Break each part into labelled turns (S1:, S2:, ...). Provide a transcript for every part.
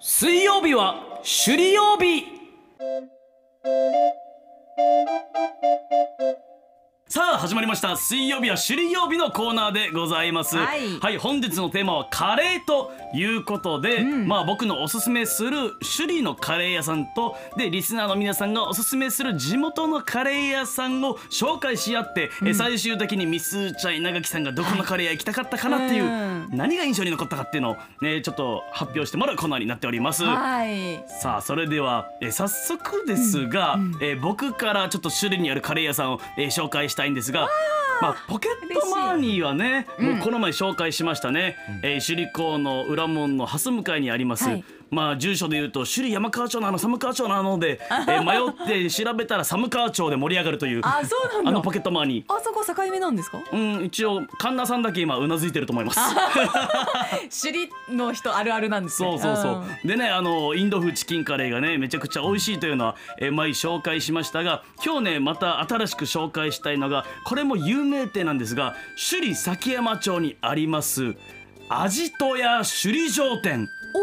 S1: 水曜日は首里曜日さあ始まりました水曜日は首里曜日のコーナーでございますは、
S2: はいい
S1: 本日のテーマはカレーということで、まあ僕のおすすめする首里のカレー屋さんとでリスナーの皆さんがおすすめする地元のカレー屋さんを紹介し合って、え最終的にミスーチャイ長木さんがどこのカレー屋行きたかったかなっていう、
S2: うん
S1: 何が印象に残ったかっていうのを、ね、ちょっと発表してもらうコーナーになっております。
S2: はい。
S1: さあそれでは、えー早速ですが、えー僕からちょっと種類にあるカレー屋さんを、えー紹介したいんですが。まあ、ポケットマーニーはね、もうこの前紹介しましたね、えー首里港の裏門の蓮向かいにあります、
S2: はい
S1: まあ住所で言うと首里山川町のあの寒川町なので、え ー迷って調べたら寒川町で盛り上がるという
S2: あ、そう
S1: あ
S2: なん
S1: の
S2: だ
S1: ポ。ケットマーニー
S2: あそこ境目なんですか？
S1: うん一応神田さんだけ今うなずいてると思います
S2: 首里の人あるあるなんですね。
S1: そうそうそ
S2: ん
S1: う。でね、あのインド風チキンカレーがね、めちゃくちゃ美味しいというのは、えー前紹介しましたが、今日ね、また新しく紹介したいのが、これも有名店なんですが、首里崎山町にあります。アジト屋首里城店。
S2: お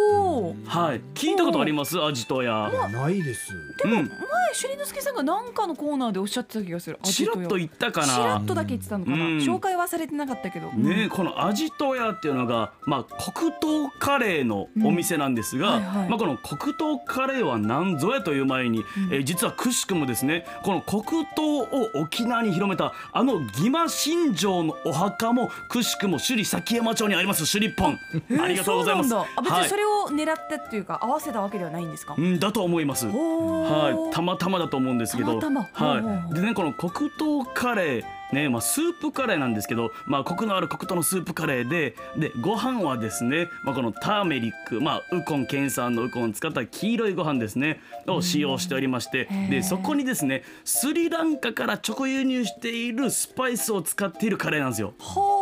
S2: お。
S1: はい、聞いたことあります、アジト屋。
S3: ないです。
S1: うん、
S2: 前首里之助さんが何かのコーナーでおっしゃってた気がする。
S1: ちらっと言
S2: っ
S1: ったか
S2: ちら
S1: な
S2: っ。とだけ言ってたのかな。
S1: うん
S2: 紹介はされてなかったけど。
S1: ねこのアジト屋っていうのが、まあ、黒糖カレーのお店なんですが、
S2: うんはいはい
S1: まあ、この黒糖カレーは何ぞやという前に、えー実はくしくもですねこの黒糖を沖縄に広めたあの義馬新城のお墓もくしくも首里崎山町にあります首里
S2: え
S1: 本
S2: ー
S1: ありがとうございます。
S2: そうなんだあ、別
S1: は
S2: に
S1: い
S2: それを狙ってっていうか合わせたわけではないんですか？
S1: うん、だと思います。はい、たまたまだと思うんですけど。
S2: たまたまほうほう
S1: は
S2: ほ
S1: い。
S2: う
S1: でね、この黒糖カレー。ねまあ、スープカレーなんですけど、まあ、コクのある黒糖のスープカレーででご飯はですね、まあ、このターメリック、まあ、ウコン県産のウコンを使った黄色いご飯ですねを使用しておりまして
S2: へー
S1: でそこにですねスリランカから直輸入しているスパイスを使っているカレーなんですよ。
S2: はあ。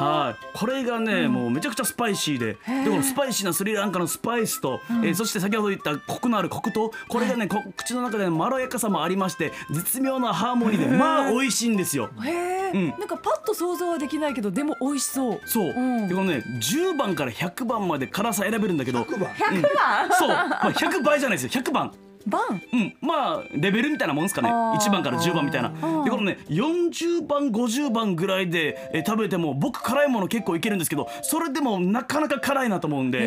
S1: はい、これがね、もうめちゃくちゃスパイシーで、
S2: へー
S1: でこのスパイシーなスリランカのスパイスと、えーそして先ほど言ったコクのある黒糖、これがね、こ口の中でまろやかさもありまして、絶妙なハーモニーで、まあ美味しいんですよ。
S2: へえ、
S1: うん
S2: なんかパッと想像はできないけどでも美味しそう
S1: そう、
S2: ん
S1: でこのね、10番から100番まで辛さ選べるんだけど、
S3: 白馬。
S2: 100番、
S1: そう、まあ、100倍じゃないですよ、100番。
S2: 番
S1: うん、まあレベルみたいなもんですかね
S2: あー
S1: 1番から10番みたいなで
S2: ー
S1: このね40番50番ぐらいで、えー食べても僕辛いもの結構いけるんですけどそれでもなかなか辛いなと思うん
S2: へ
S1: で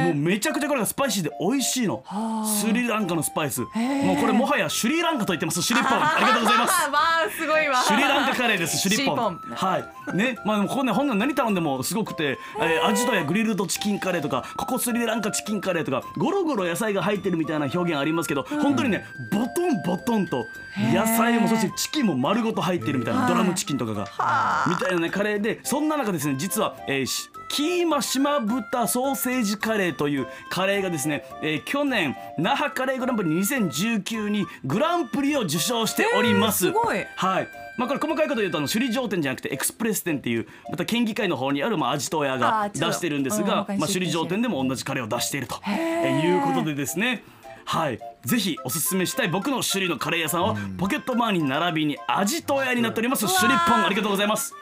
S2: ー
S1: もうめちゃくちゃこれがスパイシーで美味しいの
S2: はあ
S1: スリランカのスパイスも
S2: ー
S1: うこれもはやシュリランカと言ってますシュリッポンありがとうございます
S2: あ わあすごいわ
S1: シュリランカカレーですシュリッポン
S2: シュリポン
S1: はいねまあでもここね本来何頼んでもすごくて、えー、アジトやグリルドチキンカレーとかここスリランカチキンカレーとかゴロゴロ野菜が入ってるみたいな表現ありますけど、本当にねボトンボトンと
S2: へー
S1: 野菜もそしてチキンも丸ごと入ってるみたいな
S2: はい
S1: ドラムチキンとかがみたいなねカレーでそんな中ですね実は、えーしキーマ島豚ソーセージカレーというカレーがですね、えー去年那覇カレーグランプリ2019にグランプリを受賞しております。
S2: へーすごい
S1: はい。まあ、これ細かいこと言うとあの首里城店じゃなくてエクスプレス店っていうまた県議会の方にあるまあアジト屋
S2: あ
S1: が
S2: ー
S1: 出
S2: ちょっと
S1: してるんです
S2: うん
S1: が、
S2: わかり
S1: まあ、
S2: ました
S1: 首里城店でも同じカレーを出していると
S2: へ
S1: え
S2: ー
S1: いうことでですねはいぜひおすすめしたい僕の首里のカレー屋さんはポケットマーニー並びにアジト屋になっております首里ポンありがとうございます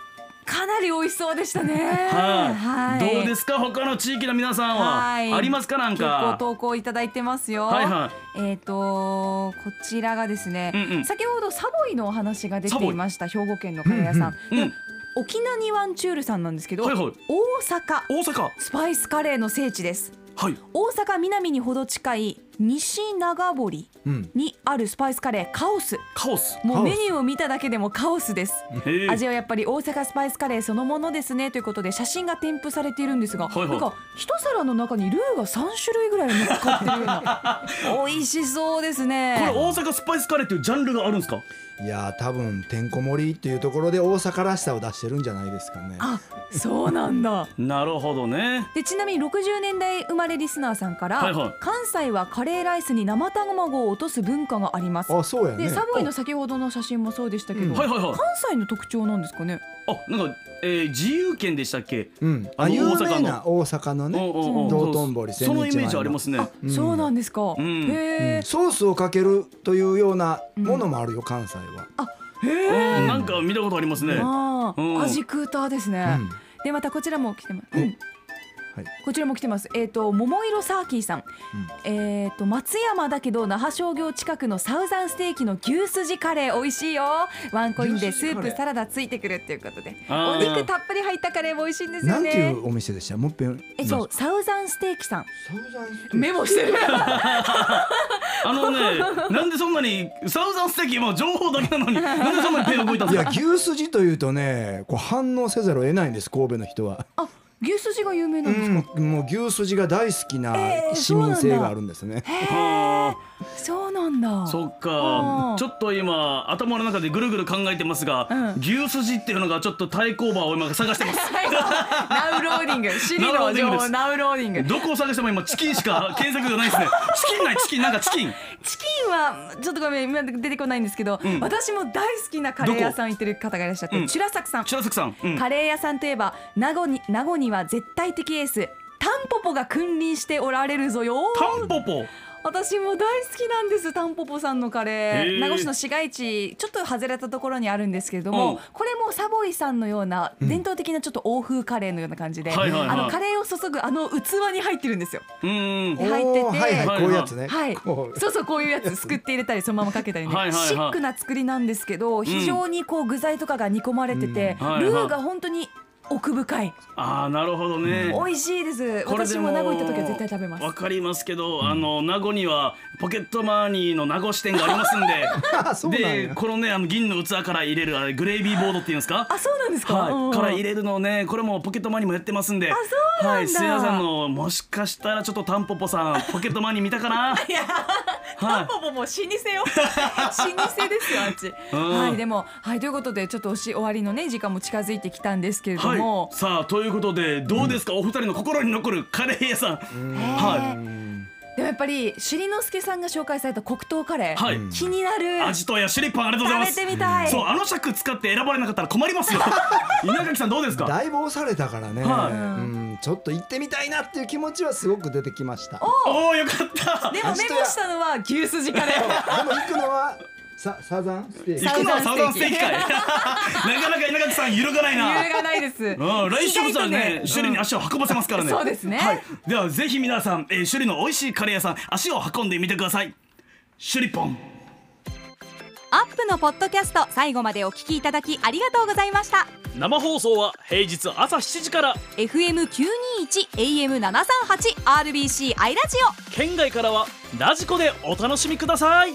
S2: かなり美味しそうでしたね
S1: はいどうですすか他の地域の皆さんはありますかなん
S2: 結構
S1: か
S2: 投稿いただいてますよ
S1: はいは
S2: えっ、とこちらがですね、
S1: うんうん
S2: 先ほどサボイのお話が出ていました兵庫県のカレー屋さん、
S1: うんうんうん
S2: で沖縄にワンチュールさんなんですけど、
S1: はいはい
S2: 大阪
S1: 大阪
S2: スパイスカレーの聖地です
S1: はい
S2: 大阪南にほど近い西長堀
S3: うん。
S2: にあるスパイスカレーカオス
S1: カオス
S2: も
S3: カ
S2: う
S3: オス
S2: メニューを見ただけでもカオスです
S1: へー
S2: 味はやっぱり大阪スパイスカレーそのものですねということで写真が添付されているんですが、
S1: はいはい
S2: なんか一皿の中にルーが3種類ぐらい乗っかってるよ うな美味しそうです
S1: これ
S2: ね
S1: 大阪スパイスカレーっていうジャンルがあるんですか
S3: いやー、多分てんこ盛りっていうところで大阪らしさを出してるんじゃないですかね。
S2: あそうなんだ
S1: なるほどね
S2: でちなみに60年代生まれリスナーさんから、
S1: はいはい
S2: 関西はカレーライスに生卵を落とす文化があります
S3: あ、そうや
S2: で
S3: ね。
S2: サボイの先ほどの写真もそうでしたけど、
S3: うん
S1: はいはいはい
S2: 関西の特徴なんですかね
S1: あなんか、えー、自由圏でしたっけ
S3: うん。
S1: あ
S3: あ、
S1: の
S3: 有
S1: 大阪の
S3: 名な大阪のね。
S1: うんうんうん
S3: 道頓堀
S1: そのイメージありますね
S2: あ、
S3: うん
S2: そうなんですか、
S1: うん
S2: へ
S3: う
S2: え
S3: ん、ソースをかけるというようなものもあるよ、関西は。
S1: うんなんか見たことありますね
S2: ああ、
S1: うん
S2: 味クーターですね、
S3: うん
S2: でまたこちらも来てます、うん
S3: はい
S2: こちらも来てます。えっ、と桃色サーキーさん、えっ、と松山だけど那覇商業近くのサウザンステーキの牛すじカレー美味しいよ。ワンコインでス
S3: 牛すじ
S2: ー
S3: カレー
S2: プサラダついてくるっていうことで、
S1: あー
S2: お肉たっぷり入ったカレーも美味しいんです
S3: な
S2: よ
S3: んてい
S2: ね。
S3: うお店でしたもっぺん
S2: えそうサウザンステーキさん
S3: サウザンステーキ
S2: メモしてる。
S1: あのね、なんでそんなにサウザンステーキもう情報だけな のに、なんでそんなに手が動いたん
S3: い
S1: です
S3: や
S1: か。
S3: 牛すじというとねこう反応せざるを得ないんです神戸の人は、
S2: あ牛すじが有名なんですか。
S3: うん、もう牛すじが大好きな
S2: えー
S3: 市民性があるんですね、
S1: あ
S2: そうなんだ。
S1: ーそっ
S2: う
S1: か
S2: ん
S1: ちょっと今頭の中でぐるぐる考えてますが、
S2: うん
S1: 牛すじっていうのがちょっと対抗馬を今探 してます
S2: ナウローディング、シリの情報ナウローディング。
S1: どこを探しても今チキンし か検索がないですねチキンないチキンなんかチキン
S2: チキンはちょっとごめん今出てこないんですけど、
S1: ん
S2: 私も大好きなカレー屋さん行ってる方がいらっしゃって、
S1: うん
S2: チュラサクさん。
S1: 白崎さん、うん、
S2: カレー屋さんといえば名護に名護には絶対的エースタンポポが君臨しておられるぞよ。
S1: タンポポ
S2: 私も大好きなんですタンポポさんのカレ
S1: へ
S2: ー
S1: ー
S2: 名護市の市街地ちょっと外れたところにあるんですけれど
S1: うん
S2: もこれもサボイさんのような伝統的なちょっと欧風カレーのような感じで、
S1: はいはいはい
S2: あのカレーを注ぐあの器に入ってるんですよ。
S1: うーん
S2: お入ってて
S3: おーはいはい、こういうやつね、
S2: はい、
S3: こう
S2: そうそうこういうやつすくって入れたりそのままかけたりね
S1: はいはいはい
S2: シックな作りなんですけど非常にこう具材とかが煮込まれてて、
S1: うんはいはい
S2: ルーが本当に奥深い
S1: ああなるほどね
S2: 美味しいです
S1: これで
S2: 私も名護行った時は絶対食べます
S1: わかりますけど、あの名護にはポケットマーニーの名護支店がありますん で
S3: あそうなん
S1: で
S3: や
S1: このねあの銀の器から入れるあれグレービーボードっていうんですか
S2: あそうなんですか、うんう
S1: は
S2: ん
S1: い、から入れるのをねこれもポケットマーニーもやってますんであ
S2: そうなんだ
S1: はい、すいませんあのもしかしたらちょっとタンポポさんポケットマーニー見たかな
S2: いや
S1: は
S2: タ
S1: い
S2: ンポポも老舗 よ老舗ですよあっち、
S1: うん
S2: はいでもはいということでちょっとおし終わりのね時間も近づいてきたんですけれども、
S1: はい、さあということでどうですか、お二人の心に残るカレー屋さん、は
S2: でもやっぱりしりのすけさんが紹介された黒糖カレー、
S1: はい
S2: 気にないる
S1: 味とやシュリッパンありがとうございます
S2: 食べてみたい
S1: そうあの尺使って選ばれなかったら困ります よ稲垣さんどうですか
S3: だいぶ押されたからね、
S1: はい
S3: うん、ちょっと行ってみたいなっていう気持ちはすごく出てきました
S1: おおよかった
S2: でもメモしたのは牛すじカレ ー
S3: でも行くのはさサザンステーキ
S1: 行くのはサ
S2: サ
S1: ウ
S2: ウ
S1: ザ
S2: ザ
S1: ン
S2: ン
S1: ス
S2: ス
S1: テ
S2: テ
S1: ーキ
S2: ーキ
S1: 会なか なか稲垣さん揺るがない
S2: 理由
S1: な
S2: がないです
S1: うん、来週こそは ね、首里に足を運ばせますからね。
S2: そうですね
S1: はい、では、ぜひ皆さん、えー、首里の美味しいカレー屋さん、足を運んでみてください。首里ポン。
S4: アップのポッドキャスト最後までお聞きいただきありがとうございました
S5: 生放送は平日朝7時から
S4: FM921 AM738 RBC アイラジオ
S5: 県外からはラジコでお楽しみください